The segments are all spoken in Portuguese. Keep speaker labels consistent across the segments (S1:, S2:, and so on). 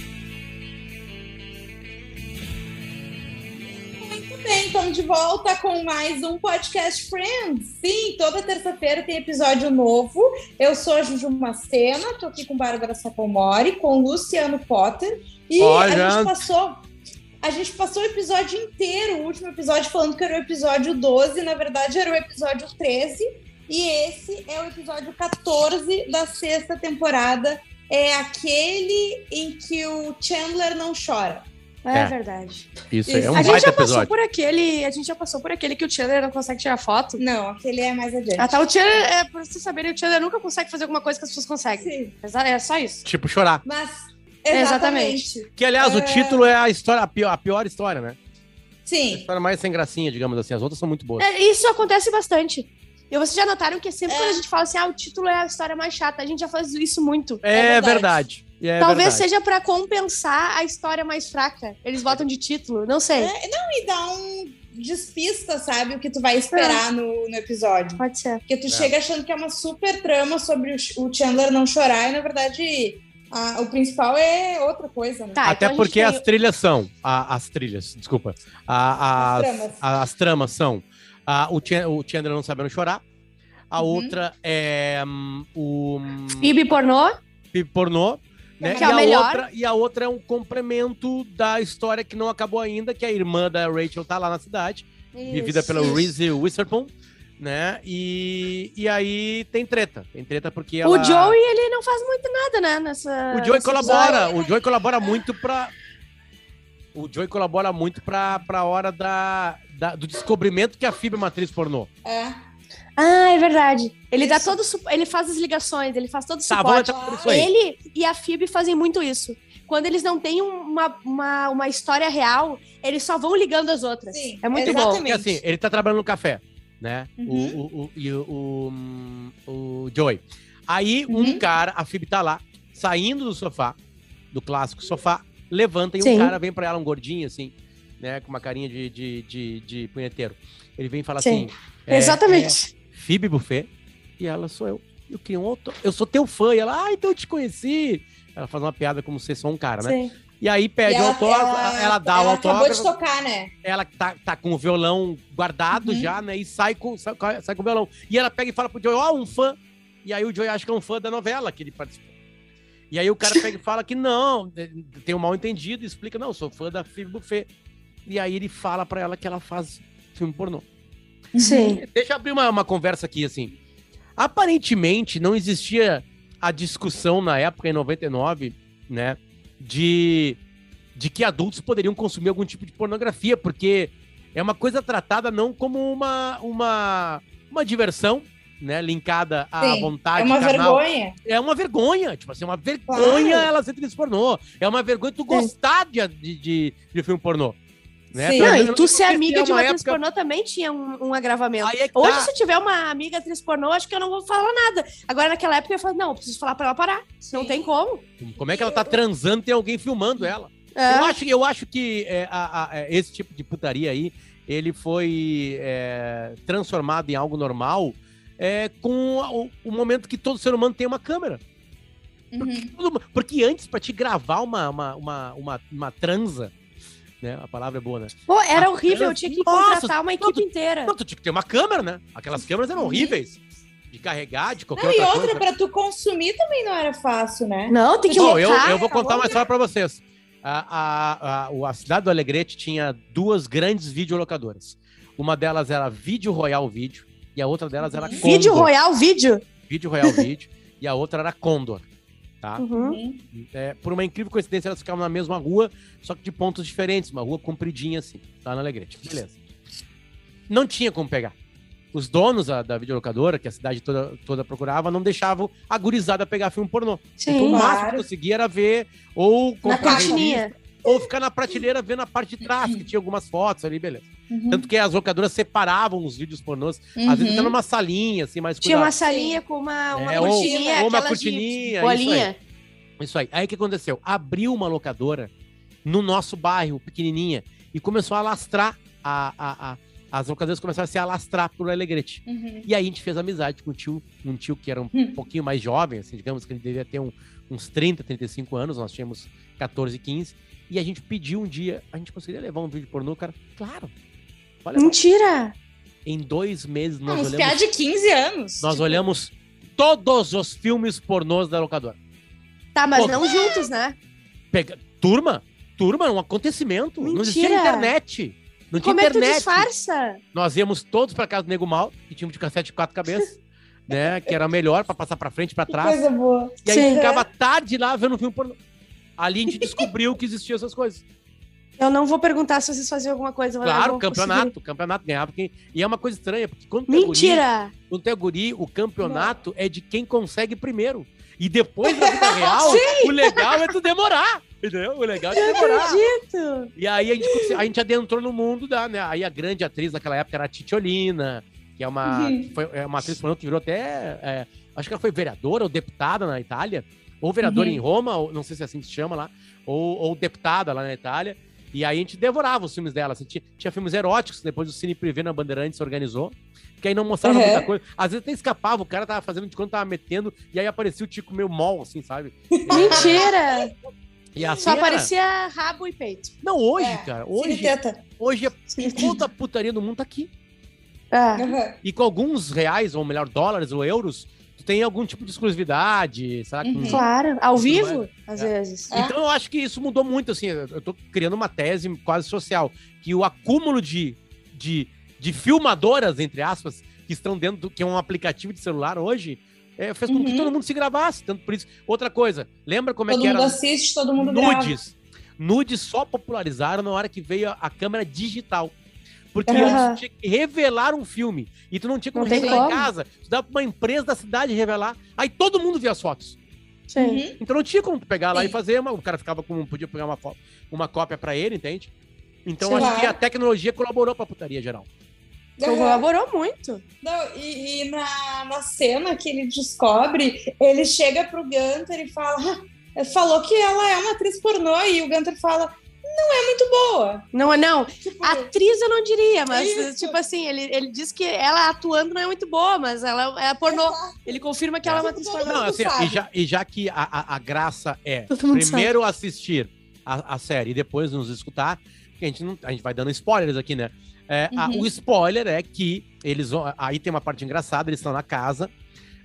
S1: estamos Então, de volta com mais um podcast Friends. Sim, toda terça-feira tem episódio novo. Eu sou a Juju Macena, tô aqui com Bárbara Sacomori, com Luciano Potter. E
S2: Ó,
S1: a gente
S2: gente.
S1: passou. A gente passou o episódio inteiro, o último episódio, falando que era o episódio 12, na verdade era o episódio 13. E esse é o episódio 14 da sexta temporada. É aquele em que o Chandler não chora.
S3: É,
S2: É.
S3: verdade.
S2: Isso aí, é um
S3: a gente
S2: baita
S3: já passou
S2: episódio.
S3: por aquele. A gente já passou por aquele que o Chandler não consegue tirar foto.
S1: Não, aquele é mais adiante.
S3: Ah, tá. O Chandler, é, pra vocês saberem, o Chandler nunca consegue fazer alguma coisa que as pessoas conseguem.
S1: Sim,
S3: Mas É só isso.
S2: Tipo, chorar.
S1: mas.
S3: É,
S1: Exatamente.
S3: exatamente.
S2: Que, aliás, o título é a história, a pior, a pior história, né? A
S1: Sim.
S2: história mais sem gracinha, digamos assim. As outras são muito boas.
S3: É, isso acontece bastante. E vocês já notaram que sempre quando a gente fala assim, ah, o título é a história mais chata, a gente já faz isso muito.
S2: É,
S1: é verdade.
S2: verdade. É
S3: Talvez
S2: verdade.
S3: seja pra compensar a história mais fraca. Eles botam de título, não sei.
S1: E dá um despista, sabe? O que tu vai esperar no, no episódio.
S3: Pode ser.
S1: Porque tu chega achando que é uma super trama sobre o Ch- o Chandler não chorar e, na verdade, a- o principal é outra coisa, né?
S3: Tá,
S2: Até
S3: então a gente
S2: porque
S3: tem-
S2: as trilhas são. a- as trilhas, desculpa. A-
S1: As
S2: as,
S1: tramas.
S2: a- as tramas são. a- o, Chan- o Chandler não sabendo chorar. A
S1: Uhum.
S2: outra é hum, o hum,
S3: Ibi pornô,
S2: filme pornô. Né?
S3: Que é o
S2: e, a
S3: melhor.
S2: Outra, e a outra é um complemento da história que não acabou ainda, que a irmã da Rachel tá lá na cidade, vivida pela
S3: isso.
S2: Reese Witherspoon, né? E, e aí tem treta. Tem treta porque ela...
S3: o Joey, ele não faz muito nada, né? Nessa,
S2: O Joey
S3: nesse
S2: colabora,
S3: né?
S2: o Joey colabora muito pra. O Joey colabora muito pra, pra hora da, da- do descobrimento que a Phoebe é uma atriz pornô.
S1: É.
S3: Ah, é verdade. Ele dá
S1: Isso.
S3: todo o supo- ele faz as ligações, ele faz todo o
S2: Tá, vamos
S3: suporte.
S2: entrar por isso aí.
S3: ele e a Phoebe fazem muito isso. Quando eles não têm um, uma, uma, uma história real, eles só vão ligando as outras.
S1: Sim,
S3: é muito bom.
S2: Porque
S1: exatamente.
S2: assim, ele tá trabalhando no café, né?
S1: Uhum.
S2: O, o, o, e o, o, o Joey. Aí
S1: Uhum.
S2: um cara, a Phoebe tá lá, saindo do sofá, do clássico sofá, levanta e um
S3: Sim.
S2: cara vem pra ela, um gordinho assim, né? Com uma carinha de, de, de, de punheteiro. Ele vem e fala
S3: Sim.
S2: assim. é,
S3: Exatamente.
S2: Phoebe Buffet, e ela sou eu. Eu queria um outro. Eu sou teu fã. E ela, ah, então eu te conheci. Ela faz uma piada como ser só um cara, né?
S3: Sim.
S2: E aí pede
S1: E
S2: o autógrafo, ela, dá o
S1: ela Acabou
S2: autógrafo,
S1: de tocar, né?
S2: ela tá, tá com o violão guardado
S1: Uhum.
S2: já, né? E sai com, sai, sai com o violão. E ela pega e fala pro Joey, ó, um fã. E aí o Joey acha que é um fã da novela que ele participou. E aí o cara pega e fala que não, eh, tem um mal entendido, e explica, não, eu sou fã da Phoebe Buffet. E aí ele fala pra ela que ela faz filme pornô.
S1: Uhum.
S3: Sim.
S2: Deixa eu abrir uma, uma conversa aqui, assim. Aparentemente, não existia a discussão na época, em 99, né? De, de que adultos poderiam consumir algum tipo de pornografia, porque é uma coisa tratada não como uma, uma, uma diversão, né? Linkada à
S1: Sim,
S2: vontade
S1: é uma
S2: carnal.
S1: vergonha.
S2: É uma vergonha, tipo assim, é uma vergonha
S1: Claro.
S2: ela ser atriz pornô. É uma vergonha tu gostar de, de, de filme pornô. Né?
S1: Sim.
S2: Pelo
S3: Não,
S2: menos
S3: e tu ser
S2: aconteceu
S3: amiga de uma atriz
S2: época-
S3: pornô também tinha um, um agravamento.
S2: Aí é que
S3: Hoje,
S2: tá.
S3: se eu tiver uma amiga atriz pornô, acho que eu não vou falar nada. Agora, naquela época, eu falo, não, eu preciso falar pra ela parar. Não
S1: Sim.
S3: tem como.
S2: Como é que ela tá transando e tem alguém filmando ela?
S3: É.
S2: Eu, acho, eu acho que é, a- a- é, esse tipo de putaria aí, ele foi é, transformado em algo normal é, com a- o, o momento que todo ser humano tem uma câmera.
S1: Uhum.
S2: Todo mu- Porque antes, pra te gravar uma, uma, uma, uma, uma transa, né? A palavra é boa, né?
S3: Pô, era
S2: Ah,
S3: horrível, eu
S2: nossa,
S3: tinha que contratar uma equipe
S2: tu-
S1: É.
S3: inteira.
S2: Não, tu tinha que ter uma câmera, né? Aquelas câmeras eram
S1: Uhum.
S2: horríveis de carregar, de qualquer
S1: Não, e
S2: outra
S1: outra,
S2: coisa.
S1: pra tu consumir também não era fácil, né?
S3: Não, tem que
S2: Bom, eu,
S3: locar.
S2: eu vou contar
S3: acabou.
S2: uma história pra vocês. A, a, a, o- a cidade do Alegrete tinha duas grandes videolocadoras. Uma delas era Vídeo Royal Vídeo e a outra delas era Condor.
S3: Vídeo Royal, vídeo.
S2: Vídeo Royal Vídeo e a outra era Condor. Tá?
S3: Uhum.
S1: Uhum.
S2: É, por uma incrível coincidência, elas ficavam na mesma rua, só que de pontos diferentes, uma rua compridinha assim, lá na Alegrete. Beleza. Não tinha como pegar. Os donos da, da videolocadora, que a cidade toda, toda procurava, não deixavam a gurizada pegar filme pornô. Então, o
S3: Sim.
S1: Claro.
S2: máximo que eu conseguia era ver ou
S1: Na
S2: comprar revista,
S3: Continha.
S2: ou ficar na prateleira vendo a parte de trás, que tinha algumas fotos ali, beleza.
S1: Uhum.
S2: Tanto que as locadoras separavam os vídeos pornôs, às vezes até numa salinha, assim, mais
S3: Tinha uma
S2: cuidado.
S3: salinha com uma, uma
S2: É, ou-
S3: cortininha.
S2: ou uma
S3: aquelas de
S2: cortininha, isso
S3: Bolinha.
S2: Isso aí. Aí o que aconteceu? Abriu uma locadora no nosso bairro, pequenininha, e começou a alastrar, a, a- a- as locadoras começaram a se alastrar por Alegrete.
S1: Uhum.
S2: E aí a gente fez amizade com um tio, um tio que era um
S1: Hum.
S2: pouquinho mais jovem, assim, digamos que ele devia ter um- uns 30, 35 anos, nós tínhamos 14, 15. E a gente pediu um dia, a gente conseguiria levar um vídeo pornô, cara? Claro. Olha,
S3: Mentira!
S2: em dois meses
S1: Ah,
S2: nós
S1: uns piá
S2: olhamos,
S1: de 15 anos.
S2: nós
S1: Tipo,
S2: olhamos todos os filmes pornôs da locadora.
S3: Tá, mas
S2: Pô.
S3: não juntos, né?
S2: Pega... Turma, turma, um acontecimento. Não existia
S3: Mentira.
S2: internet. Não tinha
S3: Como é que tu
S2: internet.
S3: disfarça?
S2: Nós íamos todos pra casa do Nego Mal, que tínhamos de cassete de quatro cabeças, né? Que era melhor pra passar pra frente, pra
S1: que
S2: trás.
S1: coisa boa.
S2: E aí
S3: Sim.
S2: ficava tarde lá vendo filme pornô. Ali a gente descobriu que existiam essas coisas.
S3: Eu não vou perguntar se vocês faziam alguma coisa. eu
S2: Claro,
S3: vou
S2: campeonato, campeonato ganhava. Quem... E é uma coisa estranha, porque quando tu é
S3: conseguir.
S2: guri,
S3: Mentira!
S2: quando tu é guri, o campeonato é de quem consegue primeiro. E depois da vida real, o legal é tu demorar. Entendeu? O legal é tu demorar.
S3: Acredito!
S2: E aí a gente, conse- a gente adentrou no mundo da, né? Aí a grande atriz daquela época era a Titiolina, que é uma,
S1: Uhum.
S2: que foi, é uma atriz pornô que virou até. é, acho que ela foi vereadora ou deputada na Itália, ou vereadora
S1: Uhum.
S2: em Roma, ou, não sei se é assim que se chama lá, ou, ou deputada lá na Itália. E aí a gente devorava os filmes dela. assim, tinha, tinha filmes eróticos, depois o Cine Privé na Bandeirantes organizou, que aí não mostrava
S1: Uhum.
S2: muita coisa. Às vezes até escapava, o cara tava fazendo de quando tava metendo, e aí aparecia o Tico meio mol, assim, sabe?
S3: Mentira!
S2: E assim
S3: Só
S2: era.
S3: aparecia rabo e peito.
S2: Não, hoje,
S1: É,
S2: cara.
S1: Cine
S2: Hoje,
S1: teta.
S2: hoje é
S1: Cine teta.
S2: toda a putaria do mundo tá aqui.
S3: Ah.
S1: Aham.
S2: E com alguns reais, ou melhor, dólares ou euros, tu tem algum tipo de exclusividade, será que...
S1: Uhum.
S3: Claro, ao
S2: Tudo
S3: vivo,
S2: mais.
S3: às
S2: É.
S3: vezes.
S1: É.
S2: Então eu acho que isso mudou muito, assim, eu eu tô criando uma tese quase social, que o acúmulo de, de, de filmadoras, entre aspas, que estão dentro do que é um aplicativo de celular hoje, é, fez com que
S1: Uhum.
S2: todo mundo se gravasse, tanto por isso. Outra coisa, lembra como é
S1: Todo
S2: que
S1: mundo
S2: era
S1: assiste, todo mundo grava.
S2: nudes? Nudes só popularizaram na hora que veio a, a câmera digital. Porque
S3: Aham.
S2: antes tinha que revelar um filme. E tu não tinha como
S3: Não tem
S2: revelar em
S3: como.
S2: casa. Tu dava pra uma empresa da cidade revelar. Aí todo mundo via as fotos.
S3: Sim.
S1: Uhum.
S2: Então não tinha como tu pegar lá
S1: Sim.
S2: e fazer. Uma, o cara ficava com. Podia pegar uma, fo- uma cópia pra ele, entende? Então
S3: Sim.
S2: acho que a
S1: Claro.
S2: tecnologia colaborou pra putaria geral.
S1: Aham.
S3: Colaborou muito.
S1: Não, e, e na, na cena que ele descobre, ele chega pro Gunter e fala. "Ah, Falou que ela é uma atriz pornô e o Gunter fala, não é muito boa.
S3: Não, não.
S1: Tipo,
S3: Atriz eu não diria, mas
S1: Isso.
S3: tipo assim, ele, ele diz que ela atuando não é muito boa, mas ela é pornô. Ele confirma que ela é uma atriz pornô.
S1: Todo
S2: Não,
S1: mundo
S2: assim,
S1: sabe.
S2: e já, e já que a, a- a graça é
S3: Todo mundo
S2: primeiro assistir a, a série e depois nos escutar, porque a gente, não, a gente vai dando spoilers aqui, né? É, a-
S1: Uhum.
S2: o spoiler é que eles vão. Aí tem uma parte engraçada, eles estão na casa,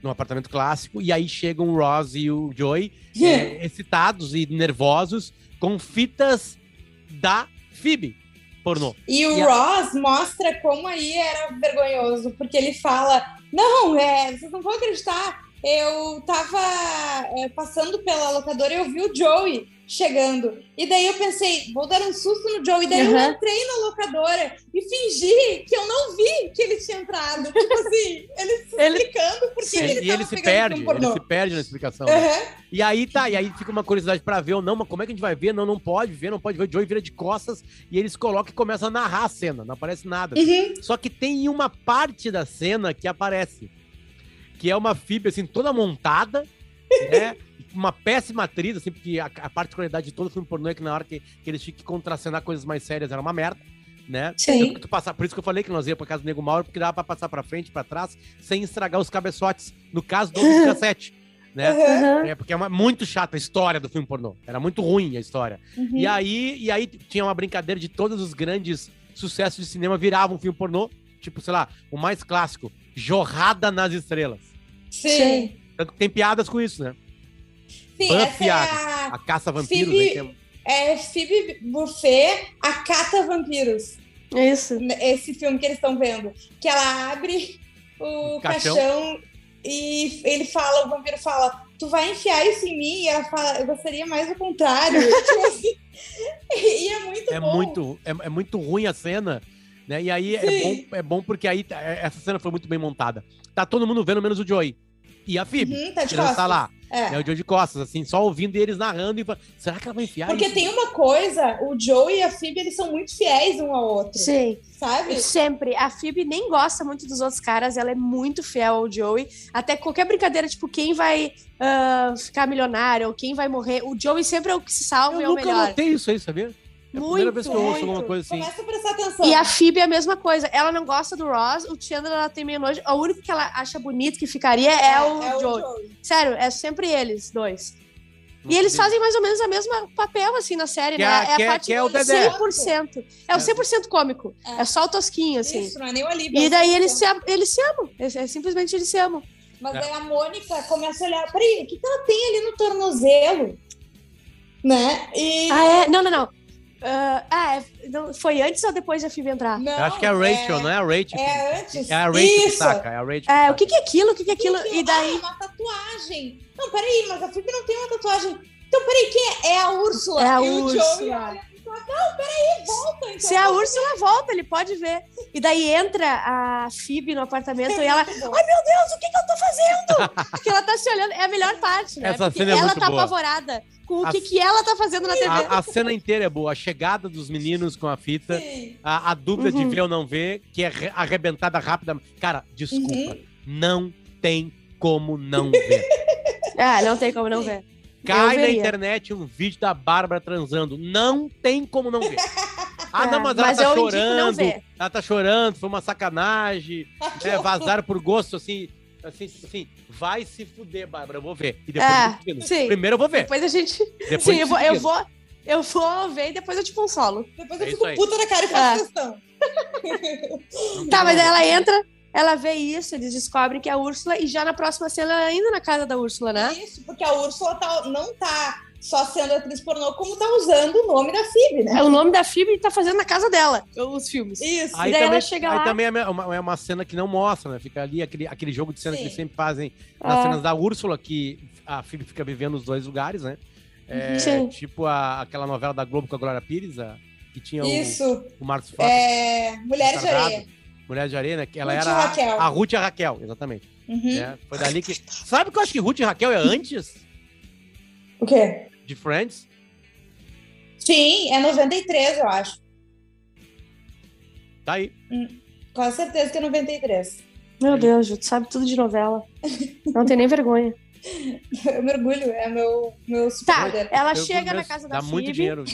S2: num apartamento clássico, e aí chegam o Ross e o Joey, é, excitados e nervosos, com fitas da Phoebe pornô.
S1: E o
S2: E
S1: Ross mostra como aí era vergonhoso, porque ele fala: Não, é, vocês não vão acreditar. Eu tava é, passando pela locadora e eu vi o Joey chegando. E daí eu pensei, vou dar um susto no Joey. E daí eu
S3: Uhum.
S1: entrei na locadora e fingi que eu não vi que ele tinha entrado. tipo assim, ele se
S3: Ele-
S1: explicando por que que
S2: E
S1: ele,
S2: ele,
S1: tava
S2: se
S1: pegando
S2: perde,
S1: um
S2: ele
S1: pornô. É.
S2: se perde na explicação. né?
S1: Aham.
S2: E aí tá, e aí fica uma curiosidade pra ver ou não, mas como é que a gente vai ver? Não, não pode ver, não pode ver. O Joey vira de costas e eles colocam e começam a narrar a cena, não aparece nada.
S1: Uhum.
S2: Só que tem uma parte da cena que aparece, que é uma fibra assim toda montada, né? Uma péssima atriz, assim, porque a, a particularidade de todo filme pornô é que na hora que, que eles tinham que contracenar coisas mais sérias era uma merda, né? Tanto
S3: Sim.
S2: que tu passa- por isso que eu falei que nós ia pra casa do Nego Mauro, porque dava pra passar pra frente, pra trás, sem estragar os cabeçotes. No caso do 17, né?
S1: Aham.
S2: É porque é uma- muito chata a história do filme pornô. Era muito ruim a história.
S1: Uhum.
S2: E aí, e aí tinha uma brincadeira de todos os grandes sucessos de cinema viravam um filme pornô. Tipo, sei lá, o mais clássico, Jorrada nas Estrelas.
S1: Sim.
S2: Tanto que Tem piadas com isso, né?
S1: Sim,
S2: Ban
S1: essa é a,
S2: A caça a vampiros.
S1: Phoebe-
S2: aí tem-
S1: é Phoebe Buffet, a Cata Vampiros.
S3: Isso.
S1: esse filme que eles estão vendo. Que ela abre o
S2: O caixão.
S1: caixão. e ele fala, o vampiro fala, tu vai enfiar isso em mim? E ela fala, eu gostaria mais do contrário. Tipo assim. e é muito
S2: É
S1: bom.
S2: muito, é, é muito ruim a cena. Né? E aí é
S1: Sim.
S2: bom, é bom porque aí tá- é- essa cena foi muito bem montada. Tá todo mundo vendo, menos o Joey. E a Phoebe,
S1: Uhum, tá de
S2: que ela
S1: costas.
S2: tá lá.
S1: É.
S2: É o Joey de costas, assim, só ouvindo e eles narrando. E fala, Será que ela vai enfiar
S1: Porque
S2: isso?
S1: tem uma coisa, o Joe e a Phoebe, eles são muito fiéis um ao outro,
S3: Sim.
S1: sabe?
S3: Sempre. A Phoebe nem gosta muito dos outros caras, ela é muito fiel ao Joey. Até qualquer brincadeira, tipo, quem vai ah, ficar milionário ou quem vai morrer, o Joey sempre é o que se salva e é
S2: Eu
S3: o
S2: nunca
S3: melhor.
S2: notei isso aí, sabia? É a primeira
S3: Muito,
S2: vez que eu ouço alguma
S3: muito.
S2: coisa assim.
S1: Começa a prestar atenção.
S3: E a Phoebe é a mesma coisa. Ela não gosta do Ross, o Chandler ela tem meio nojo. O único é
S1: É,
S3: que ela acha bonito que ficaria é, o Joey. Sério, é sempre eles é dois. E eles fazem mais ou menos a mesma papel, assim, na série,
S2: Uhum. Que
S3: né?
S2: é-
S3: É,
S2: que é-
S3: a parte
S2: que é o Dedé.
S3: 100%. É o 100% cômico.
S1: É.
S3: É. só o tosquinho, assim.
S1: Isso, não é nem o Alibi.
S3: E daí eles se, am- eles se amam. Eles- é, simplesmente eles se amam.
S1: Mas
S2: É.
S1: aí a Mônica começa a olhar, peraí, o que, que ela tem ali no tornozelo? Né? E.
S3: Ah, é? Não, não, não. Ah, ah, é- não, foi antes ou depois da FIB entrar?
S1: Não,
S2: Eu acho que é a Rachel, não é a Rachel.
S1: É antes.
S2: É a Rachel que
S1: Isso.
S2: saca, é a Rachel. que
S3: É,
S2: saca.
S3: o que, que é aquilo? O que, que é aquilo?
S1: Porque,
S3: E daí.
S1: Ah, uma tatuagem. Não, peraí, mas a Phoebe não tem uma tatuagem. Então, peraí, quem é? É a Úrsula.
S3: É a
S1: e o Joey
S3: Úrsula.
S1: olha e fala, não, peraí, volta. Então,
S3: Se é a Úrsula volta, ele pode ver. E daí entra a Phoebe no apartamento e ela. Ai meu Deus, o que, que eu tô fazendo? Porque ela tá se olhando. É a melhor parte, né?
S2: Essa
S3: Porque
S2: cena é
S3: ela
S2: muito
S3: tá
S2: boa.
S3: apavorada com o
S2: A-
S3: que, que ela tá fazendo na TV.
S2: A, a cena inteira é boa. A chegada dos meninos com a fita,
S1: Sim.
S2: a, a dúvida de
S3: Uhum.
S2: ver ou não ver, que é re- arrebentada rápida. Cara, desculpa.
S3: Uhum.
S2: Não tem como não ver.
S3: Ah, não tem como não ver.
S2: Cai
S3: Eu
S2: na
S3: veria.
S2: internet um vídeo da Bárbara transando. Não tem como não ver. Ah,
S3: É,
S2: não, mas ela
S3: mas
S2: tá
S3: eu indico não
S2: chorando.
S3: ver.
S2: Ela tá chorando, foi uma sacanagem. É, vazaram por gosto, assim, assim, assim. Vai se fuder, Bárbara, eu vou ver. E depois
S3: É,
S2: eu te ensino.
S3: sim.
S2: Primeiro eu vou ver.
S3: Depois a gente.
S2: Depois
S3: Sim, eu
S2: te
S3: vou, eu
S2: ensino.
S3: vou. Eu vou ver e depois eu te consolo.
S1: Depois
S2: É
S1: eu
S2: isso
S1: fico
S2: aí.
S1: puta na cara e faço
S3: É.
S1: questão.
S3: Tá, mas ela entra, ela vê isso, eles descobrem que é a Úrsula e já na próxima cena ela é ainda na casa da Úrsula, né?
S1: É Isso, porque a Úrsula tá- não tá só sendo atriz pornô, como tá usando o nome da Phoebe, né?
S3: É o nome da Phoebe tá fazendo na casa dela, os filmes.
S1: Isso.
S3: E
S2: Aí
S3: daí ela
S2: também,
S3: chega
S2: aí
S3: lá-
S2: também é uma, é uma cena que não mostra, né? Fica ali aquele, aquele jogo de cena que
S1: Sim.
S2: eles sempre fazem nas
S3: É.
S2: cenas da Úrsula, que a Phoebe fica vivendo nos dois lugares, né? É,
S3: Uhum. Sim.
S2: tipo a- aquela novela da Globo com a Glória Pires, a- que tinha o,
S1: Isso.
S2: o Marcos Fox,
S1: É... Mulheres de
S2: retardado.
S1: Areia.
S2: Mulher de Areia, né? Que ela
S1: Ruth e
S2: era a-
S1: Raquel.
S2: a Ruth e a Raquel, exatamente.
S1: Uhum.
S2: né? Foi dali que. Sabe que eu acho que Ruth e Raquel é antes
S1: O quê?
S2: de Friends?
S1: Sim, é 93, eu acho.
S2: Tá aí.
S1: Com certeza que é 93.
S3: Meu Deus, Ju, tu sabe tudo de novela. Não tem nem vergonha.
S1: Eu mergulho, é meu, meu
S3: Tá,
S1: superpoder.
S3: ela
S2: Eu-
S3: chega na
S2: meus-
S3: casa da
S2: Dá muito
S3: Phoebe.
S2: dinheiro.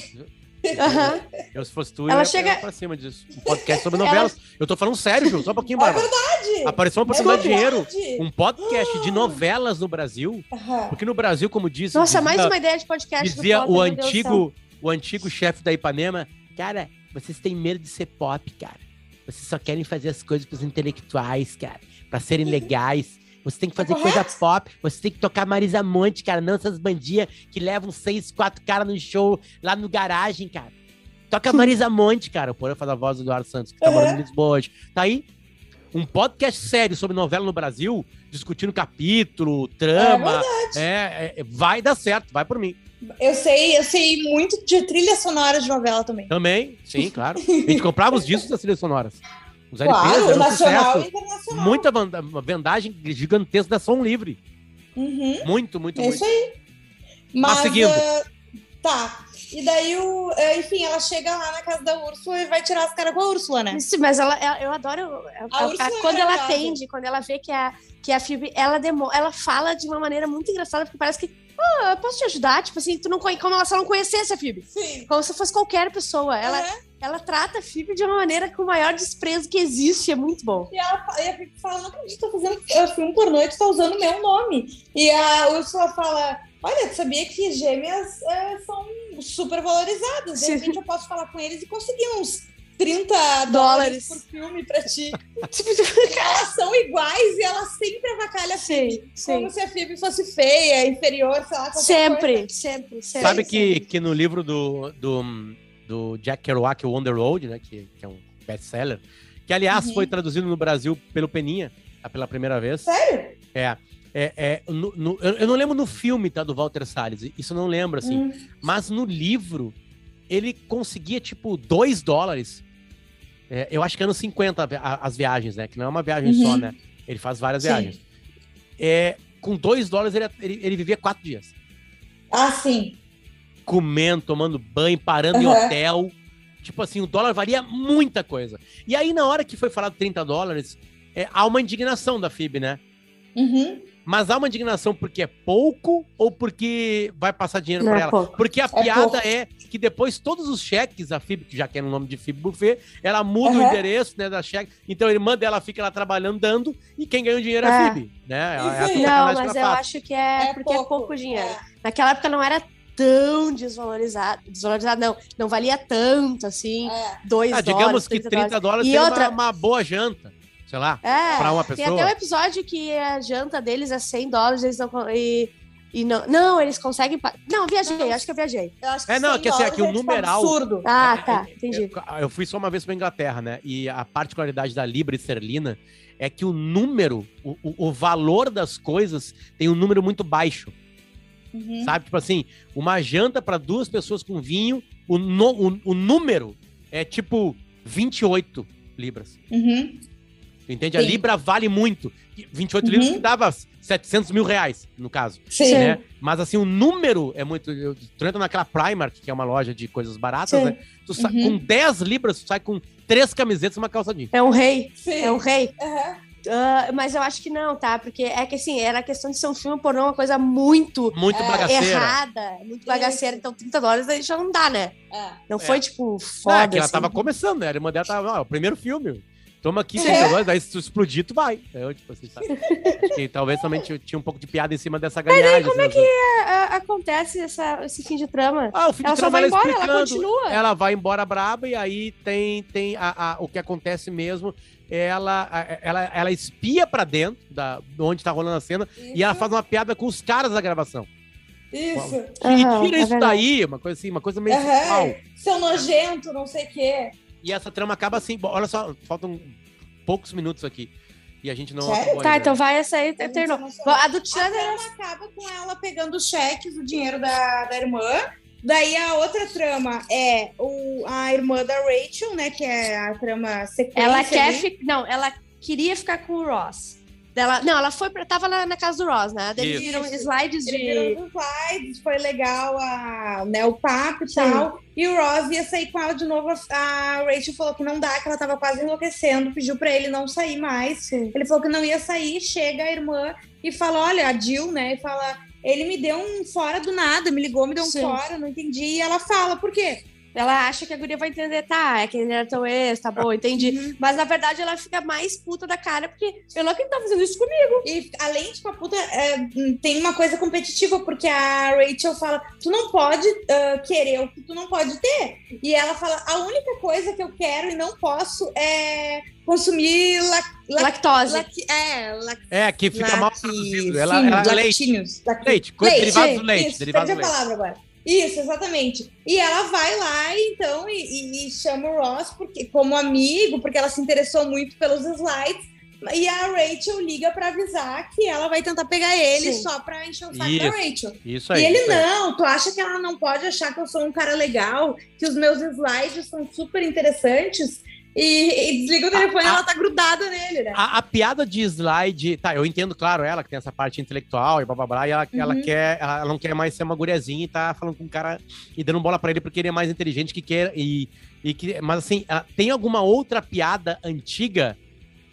S3: Aham.
S2: Eu, se fosse tu, eu
S3: Ela
S2: ia
S3: chega-
S2: pra cima disso. Um podcast sobre novelas. Eu tô falando sério, Ju, só um pouquinho,
S1: É
S2: Bárbara.
S1: verdade!
S2: Apareceu uma
S1: É
S2: oportunidade de dinheiro.
S1: verdade.
S2: Um podcast de novelas no Brasil.
S1: Aham.
S2: Porque no Brasil, como diz.
S3: Nossa, mais
S2: dizia,
S3: uma ideia de podcast. do
S2: Dizia
S3: Potter,
S2: o
S3: meu Deus do céu.
S2: antigo, o antigo chefe da Ipanema: Cara, vocês têm medo de ser pop, cara. Vocês só querem fazer as coisas pros intelectuais, cara. Pra serem legais. Você tem que fazer coisa pop, você tem que tocar Marisa Monte, cara, não essas bandias que levam seis, quatro caras no show lá no garagem, cara. Toca Marisa Monte, cara. O Porã faz a voz do Eduardo Santos, que tá
S1: Uhum.
S2: morando em Lisboa hoje. Tá aí. Um podcast sério sobre novela no Brasil, discutindo capítulo, trama. É, é, é, vai dar certo, vai por mim.
S1: Eu sei, eu sei muito de trilha sonora de novela também.
S2: Também, sim, claro. A gente comprava os discos das trilhas sonoras. Os LPs
S1: Claro,
S2: eram um
S1: nacional e
S2: sucesso.
S1: internacional.
S2: Muita vanda- vendagem gigantesca da Som Livre.
S1: Uhum,
S2: Muito, muito,
S1: é isso
S2: muito.
S1: aí. Mas,
S2: seguindo.
S1: ah, tá. E daí, o, ah, enfim, ela chega lá na casa da Úrsula e vai tirar as caras com a Úrsula, né?
S3: Isso, mas ela, ela- eu adoro. a- a-
S1: Úrsula é
S3: quando ela
S1: maravilhosa.
S3: atende, quando ela vê que a, que a Phoebe, ela, demo, ela fala de uma maneira muito engraçada, porque parece que. "Ah, eu posso te ajudar? Tipo assim, tu não conhe- como ela só não conhecesse a Phoebe.
S1: Sim. É.
S3: Como se fosse qualquer pessoa. Ela,
S1: Aham.
S3: ela trata a Phoebe de uma maneira com o maior desprezo que existe. É muito bom.
S1: E ela fa- e a Phoebe fala, não acredito, tô fazendo ah, filme pornô e tu tá usando o meu nome. E a Úrsula fala, olha, tu sabia que gêmeas ah, são super valorizadas. De
S3: Sim.
S1: repente eu posso falar com eles e conseguir uns 30 dólares,
S3: Dólares.
S1: por filme pra ti.
S3: Tipo,
S1: elas são iguais e elas sempre avacalha a Phoebe.
S3: sim,
S1: Como
S3: sim.
S1: se a Phoebe fosse feia, inferior, sei lá. qualquer coisa.
S3: Sempre, sempre, sempre.
S1: é
S2: Sabe que, que no livro do, do, do Jack Kerouac, o On the Road, né, que, que é um best-seller, que aliás
S1: Uhum.
S2: foi traduzido no Brasil pelo Peninha ah, pela primeira vez.
S1: Sério?
S2: É, é, no- no- eu, eu não lembro no filme tá, do Walter Salles, isso eu não lembro, assim.
S1: Hum.
S2: Mas no livro, ele conseguia, tipo, 2 dólares. É, eu acho que anos 50 a vi- a- as viagens, né? Que não é uma viagem só,
S1: Uhum.
S2: né? Ele faz várias
S1: Sim.
S2: viagens. É, com 2 dólares, ele, ele, ele vivia quatro dias.
S1: Ah, sim.
S2: Comendo, tomando banho, parando em
S1: Aham.
S2: hotel. Tipo assim, o dólar valia muita coisa. E aí, na hora que foi falado 30 dólares, é, há uma indignação da FIB, né?
S1: Uhum.
S2: Mas há uma indignação porque é pouco ou porque vai passar dinheiro
S3: Não,
S2: pra
S3: é
S2: ela?
S3: pouco.
S2: Porque a
S1: É
S2: piada
S1: pouco.
S2: é que depois todos os cheques, a FIB, que já quer o nome de FIB Buffet, ela muda o
S1: Aham.
S2: endereço né, da cheque. Então a irmã dela fica lá trabalhando, dando, e quem ganha o dinheiro é, a
S3: É.
S2: FIB. Né? É a- é a
S1: Isso aí.
S3: Não,
S2: sacanagem
S3: mas
S2: que
S3: eu
S2: ela faz.
S3: acho que é, porque é pouco dinheiro.
S1: é.
S3: Naquela época não era tão desvalorizado. Desvalorizado, não. Não valia tanto, assim.
S1: É.
S3: Dois
S2: Ah,
S3: dólares.
S2: digamos que
S3: 30
S2: 30 dólares
S3: E
S2: seria
S3: outra-
S2: uma, uma boa janta, sei lá,
S3: É.
S2: pra uma
S3: Tem até um
S2: pessoa.
S3: episódio que a janta deles é 100 dólares, eles não. con- E, e não, não, eles conseguem. pa- Não, viajei,
S1: Não.
S3: acho que eu viajei.
S1: Eu acho
S2: É, não,
S1: 100
S2: quer dizer,
S1: dólares
S2: aqui o
S1: é, tipo,
S2: numeral-
S1: absurdo.
S3: Ah, tá, entendi.
S2: É, Eu, eu fui só uma vez pra Inglaterra, né? E a particularidade da Libra esterlina é que o número, o, o- o valor das coisas tem um número muito baixo.
S1: Uhum.
S2: Sabe? Tipo assim, uma janta para duas pessoas com vinho, o, no- o, o número é tipo 28 libras.
S1: Uhum.
S2: Tu entende? A
S1: Sim.
S2: libra vale muito. E 28
S1: Uhum.
S2: libras que dava 700 mil reais, no caso.
S1: Sim.
S3: Sim.
S2: Né? Mas assim, o número é muito. eu- Tu entra naquela Primark, que é uma loja de coisas baratas,
S3: Sim.
S2: né? Tu sai,
S1: Uhum.
S2: Com 10 libras, tu sai com três camisetas e uma calça jeans.
S3: É um rei,
S1: Sim.
S3: é um rei.
S1: Aham.
S3: Ah, mas eu acho que não, tá? Porque é que assim, era a questão de ser um filme pornô, uma coisa muito
S2: Muito
S1: É,
S2: bagaceira.
S3: errada, muito bagaceira. Então 30 dólares aí já não dá, né?
S1: É.
S3: Não
S2: É.
S3: foi tipo
S2: Não,
S3: foda.
S2: é que ela
S3: assim.
S2: tava começando, né? A irmã dela tava, ó, o primeiro filme. Toma aqui,
S1: É.
S2: é. aí se tu explodir, tu vai. Eu, tipo assim, sabe? Acho que talvez somente eu tinha um pouco de piada em cima dessa ganhagem.
S3: como é
S2: assim,
S3: que É, é, acontece essa- esse fim de trama.
S2: Ah, o fim
S3: Ela
S2: de
S3: só
S2: trama
S3: vai
S2: ela
S3: embora, ela
S2: explicando.
S3: continua.
S2: Ela vai embora braba e aí tem, tem a, a- o que acontece mesmo. Ela, a- ela, ela espia pra dentro da, de onde tá rolando a cena e
S3: Uhum.
S2: ela faz uma piada com os caras da gravação.
S1: Isso.
S3: Aham,
S2: Tira
S3: é
S2: isso
S3: verdade.
S2: daí, uma coisa assim, uma coisa meio
S1: Aham.
S2: sexual.
S1: Seu nojento, não sei o quê.
S2: E essa trama acaba assim. Bom, olha só, faltam poucos minutos aqui. E a gente não
S1: Sério?
S2: acabou
S3: Tá,
S2: ainda.
S3: então vai essa
S1: É
S3: aí, terminou. A do
S1: A
S3: Tiana
S1: trama acaba com ela pegando os cheques, o dinheiro da, da irmã. Daí a outra trama é o, a irmã da Rachel, né? Que é a trama sequência.
S3: Ela quer
S1: ali.
S3: ficar. Não, ela queria ficar com o Ross. Ela, não, ela foi pra, tava lá na casa do Ross, né? Daí Eles
S1: Isso.
S3: viram slides
S1: Ele
S3: de.
S1: virou os slides, foi legal a, né, o papo e
S3: Sim.
S1: tal. E o Ross ia sair com ela de novo. a- A Rachel falou que não dá, que ela tava quase enlouquecendo, pediu pra ele não sair mais. Ele falou que não ia sair, chega a irmã e fala: olha, a Jill, né? E fala: ele me deu um fora do nada, me ligou, me deu um
S3: Sim.
S1: fora, não entendi. E ela fala, por quê?
S3: Ela acha que a guria vai entender, tá, é que ele era teu ex, tá bom, entendi.
S1: Uhum.
S3: Mas na verdade ela fica mais puta da cara, porque pelo que ele tá fazendo isso comigo.
S1: E além de uma puta, é, tem uma coisa competitiva, porque a Rachel fala: tu não pode ah, querer o que tu não pode ter. E ela fala: a única coisa que eu quero e não posso é consumir lac, lac,
S3: Lactose.
S1: lac, é, lac,
S2: É, que fica mal traduzido. Ela,
S1: sim,
S2: ela é leite.
S1: lactinhos, lac-
S2: Leite, coisa
S1: Leite,
S2: derivada do leite.
S1: Isso,
S2: derivado
S1: perdi
S2: do
S1: a
S2: leite.
S1: palavra agora. Isso, exatamente. E ela vai lá, então, e, e- e chama o Ross porque, como amigo, porque ela se interessou muito pelos slides. E a Rachel liga pra avisar que ela vai tentar pegar ele
S3: Sim.
S1: só pra encher o saco da
S2: Isso,
S1: Rachel.
S2: Isso aí.
S1: e ele
S2: isso aí.
S1: não, tu acha que ela não pode achar que eu sou um cara legal, que os meus slides são super interessantes? E, e desliga o telefone,
S2: a-
S1: ela tá grudada nele, né?
S2: A, a piada de slide. Tá, eu entendo, claro, ela que tem essa parte intelectual e blá blá blá. E ela, ela
S1: Uhum.
S2: quer. Ela, ela não quer mais ser uma guriazinha e tá falando com um cara e dando bola pra ele porque ele é mais inteligente que quer. E, e que, mas assim, ela- tem alguma outra piada antiga,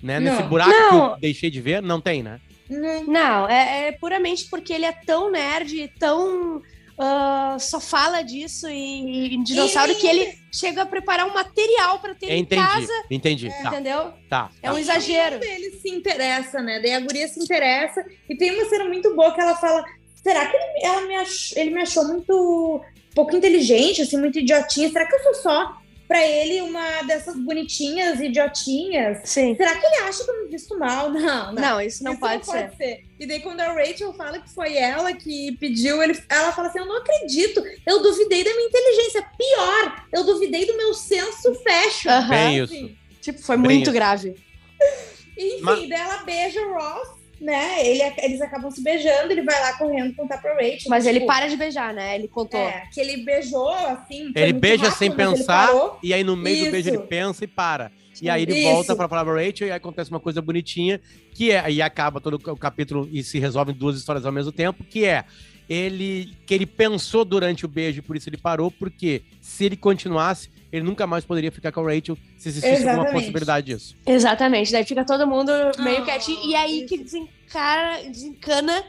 S2: né? Nesse
S1: Não.
S2: buraco que
S3: Não.
S2: eu deixei de ver? Não tem, né?
S1: Não,
S3: Não, é, é puramente porque ele é tão nerd, tão. ah, só fala disso e, e dinossauro
S1: E-
S3: que ele chega a preparar um material pra ter em
S2: É, Entendi,
S3: casa,
S2: entendi. Tá,
S3: entendeu?
S2: tá.
S3: É um
S2: tá.
S3: exagero.
S1: ele se interessa, né? Daí a guria se interessa. E tem uma cena muito boa que ela fala: será que ele, ela me ach- ele me achou muito pouco inteligente, assim, muito idiotinha? Será que eu sou só pra ele uma dessas bonitinhas, idiotinhas?
S3: Sim.
S1: Será que ele acha que eu me visto mal? Não, não.
S3: Não, isso não
S1: Isso
S3: pode ser.
S1: E daí, quando a Rachel fala que foi ela que pediu, ele, ela fala assim: Eu não acredito, eu duvidei da minha inteligência. Pior, eu duvidei do meu senso fashion.
S3: Aham.
S2: Bem
S1: Assim,
S2: isso.
S3: Tipo, foi
S2: Bem
S3: muito
S2: isso.
S3: grave.
S1: Enfim,
S2: Mas-
S1: daí ela beija o Ross, né? Ele, eles acabam se beijando, ele vai lá correndo contar pra Rachel.
S3: Mas ele
S1: tipo,
S3: para de beijar, né? Ele contou.
S1: É, que ele beijou, assim. foi
S2: Ele
S1: muito
S2: beija
S1: rápido,
S2: sem
S1: mas ele
S2: pensar.
S1: parou.
S2: E aí, no meio do beijo,
S1: Isso.
S2: ele pensa e para. E aí, ele
S1: Isso.
S2: volta pra falar pra Rachel e aí acontece uma coisa bonitinha, que é. E acaba todo o capítulo e se resolvem duas histórias ao mesmo tempo, que é. ele que ele pensou durante o beijo, por isso ele parou, porque se ele continuasse, ele nunca mais poderia ficar com a Rachel se existisse alguma
S1: Exatamente.
S2: possibilidade disso.
S3: Exatamente, daí fica todo mundo meio
S1: Ah,
S3: quietinho. E aí que desencara, desencana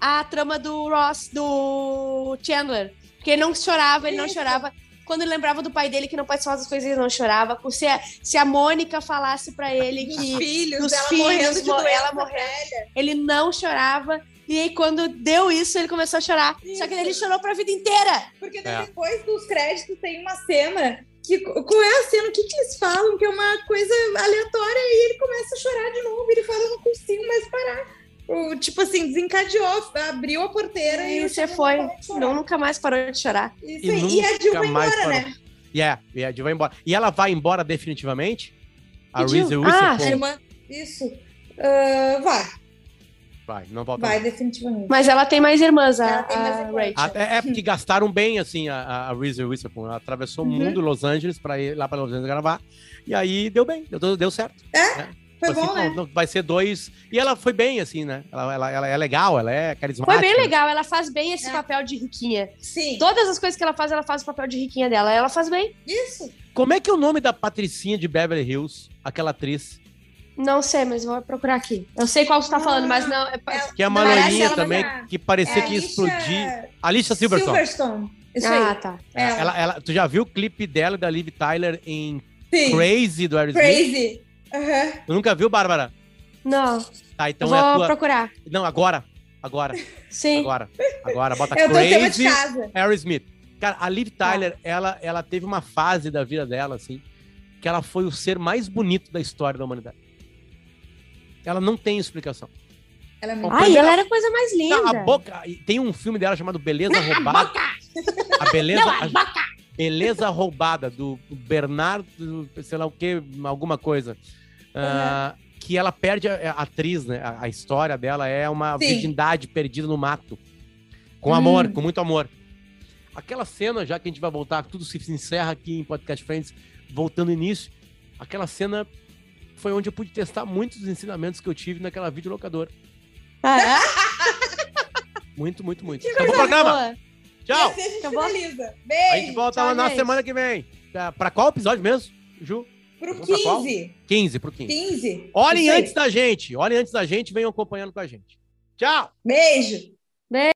S3: a trama do Ross, do Chandler. Porque ele não chorava, ele não
S1: Isso.
S3: chorava. Quando ele lembrava do pai dele que não participava das coisas, ele não chorava. Se a, se a Mônica falasse pra ele
S1: Dos
S3: que
S1: filhos,
S3: dos
S1: ela
S3: filhos,
S1: morrendo de
S3: mo-
S1: doença. né?
S3: ela morrendo. ele não chorava. E aí, quando deu isso, ele começou a chorar. Só que daí ele chorou pra vida inteira.
S1: Porque daí
S2: É.
S1: depois dos créditos tem uma cena que qual é a cena? O que, que eles falam? Que é uma coisa aleatória e ele começa a chorar de novo. Ele fala, "Eu não consigo mais parar. O, tipo assim, desencadeou, abriu a porteira
S3: E
S1: e
S3: você
S1: não
S3: é foi.
S1: parou de chorar.
S3: Não, nunca mais parou de chorar.
S1: Isso
S2: E
S1: aí. E, a Jill
S2: nunca
S1: vai
S2: mais
S1: embora,
S2: parou.
S1: né?
S2: E é, e a Jill vai embora. E ela vai embora definitivamente? A
S3: E Jill?
S1: um-
S2: Reese
S3: Ah,
S1: A
S2: Witherspoon
S1: irmã, isso. Ah, vai,
S2: vai, não volta
S1: Ah, vai,
S2: mais.
S1: definitivamente.
S3: Mas ela tem mais irmãs, a,
S1: Ela tem mais
S3: a
S1: irmãs.
S3: Rachel.
S2: Até é porque gastaram bem, assim, a, a Reese Witherspoon. Ela atravessou o
S1: Uhum.
S2: mundo, Los Angeles, pra ir lá pra Los Angeles gravar. E aí deu bem, deu, deu certo.
S1: Foi
S2: Assim,
S1: bom, né?
S2: não, não, vai ser dois. E ela foi bem, assim, né? Ela, ela, ela é legal, ela é carismática.
S3: Foi bem legal, ela faz bem esse
S1: É.
S3: papel de riquinha.
S1: Sim.
S3: Todas as coisas que ela faz, ela faz o papel de riquinha dela. Ela faz bem?
S1: Isso.
S2: Como é que é o nome da Patricinha de Beverly Hills, aquela atriz?
S3: Não sei, mas vou procurar aqui. Eu sei qual você tá falando, mas não. é-
S1: Ela-
S2: Que é uma
S3: Não, parece
S2: loirinha
S1: ela, mas
S2: também,
S1: é-
S2: que parecia
S1: É
S2: que
S1: a
S2: ia
S1: Alicia
S2: explodir. Alicia Silverstone.
S1: Silverstone. Isso
S3: Ah,
S1: aí.
S3: tá.
S2: É,
S1: Ela.
S2: Ela, ela- tu já viu o clipe dela e da Liv Tyler em
S1: Sim.
S2: Crazy do Aerosmith?
S1: Crazy. Aham.
S2: Tu nunca viu, Bárbara?
S3: Não.
S2: Tá, então
S3: eu vou
S2: é a tua.
S3: procurar.
S2: Não, agora. Agora,
S3: Sim.
S2: agora. Agora, bota
S1: É o teu tema de
S2: Tá Crazy
S1: casa.
S2: Aerosmith. Cara, a Liv Tyler, ela, ela teve uma fase da vida dela, assim, que ela foi o ser mais bonito da história da humanidade. Ela não tem explicação.
S1: Ela é muito
S2: Bom,
S3: Ai,
S2: pra-
S3: ela era a coisa mais linda.
S2: Não, a boca. e Tem um filme dela chamado Beleza Roubada. A beleza.
S3: Não, a
S2: a-
S3: boca!
S2: Beleza Roubada, do Bernardo, sei lá o que, alguma coisa. Ah, Que ela perde a, a atriz, né? A, a história dela é uma
S1: Sim.
S2: virgindade perdida no mato. Com
S1: Hum.
S2: amor, com muito amor. Aquela cena, já que a gente vai voltar, tudo se encerra aqui em Podcast Friends, voltando ao início, aquela cena foi onde eu pude testar muitos dos ensinamentos que eu tive naquela videolocadora.
S3: Ah,
S2: Muito, muito, muito.
S1: Que
S2: Acabou o
S3: coisa
S2: programa!
S3: boa.
S2: Tchau!
S1: Assim a gente
S3: Acabou?
S1: finaliza.
S2: A
S1: Beijo.
S2: gente volta
S3: tchau,
S2: lá na
S3: gente.
S2: semana que vem. Pra- Pra qual episódio mesmo, Ju?
S1: Pro
S2: Vamos pra qual?
S1: 15.
S2: 15 pro 15.
S1: 15.
S2: Olhem
S1: Isso aí.
S2: antes da gente. Olhem antes da gente, venham acompanhando com a gente. Tchau!
S1: Beijo.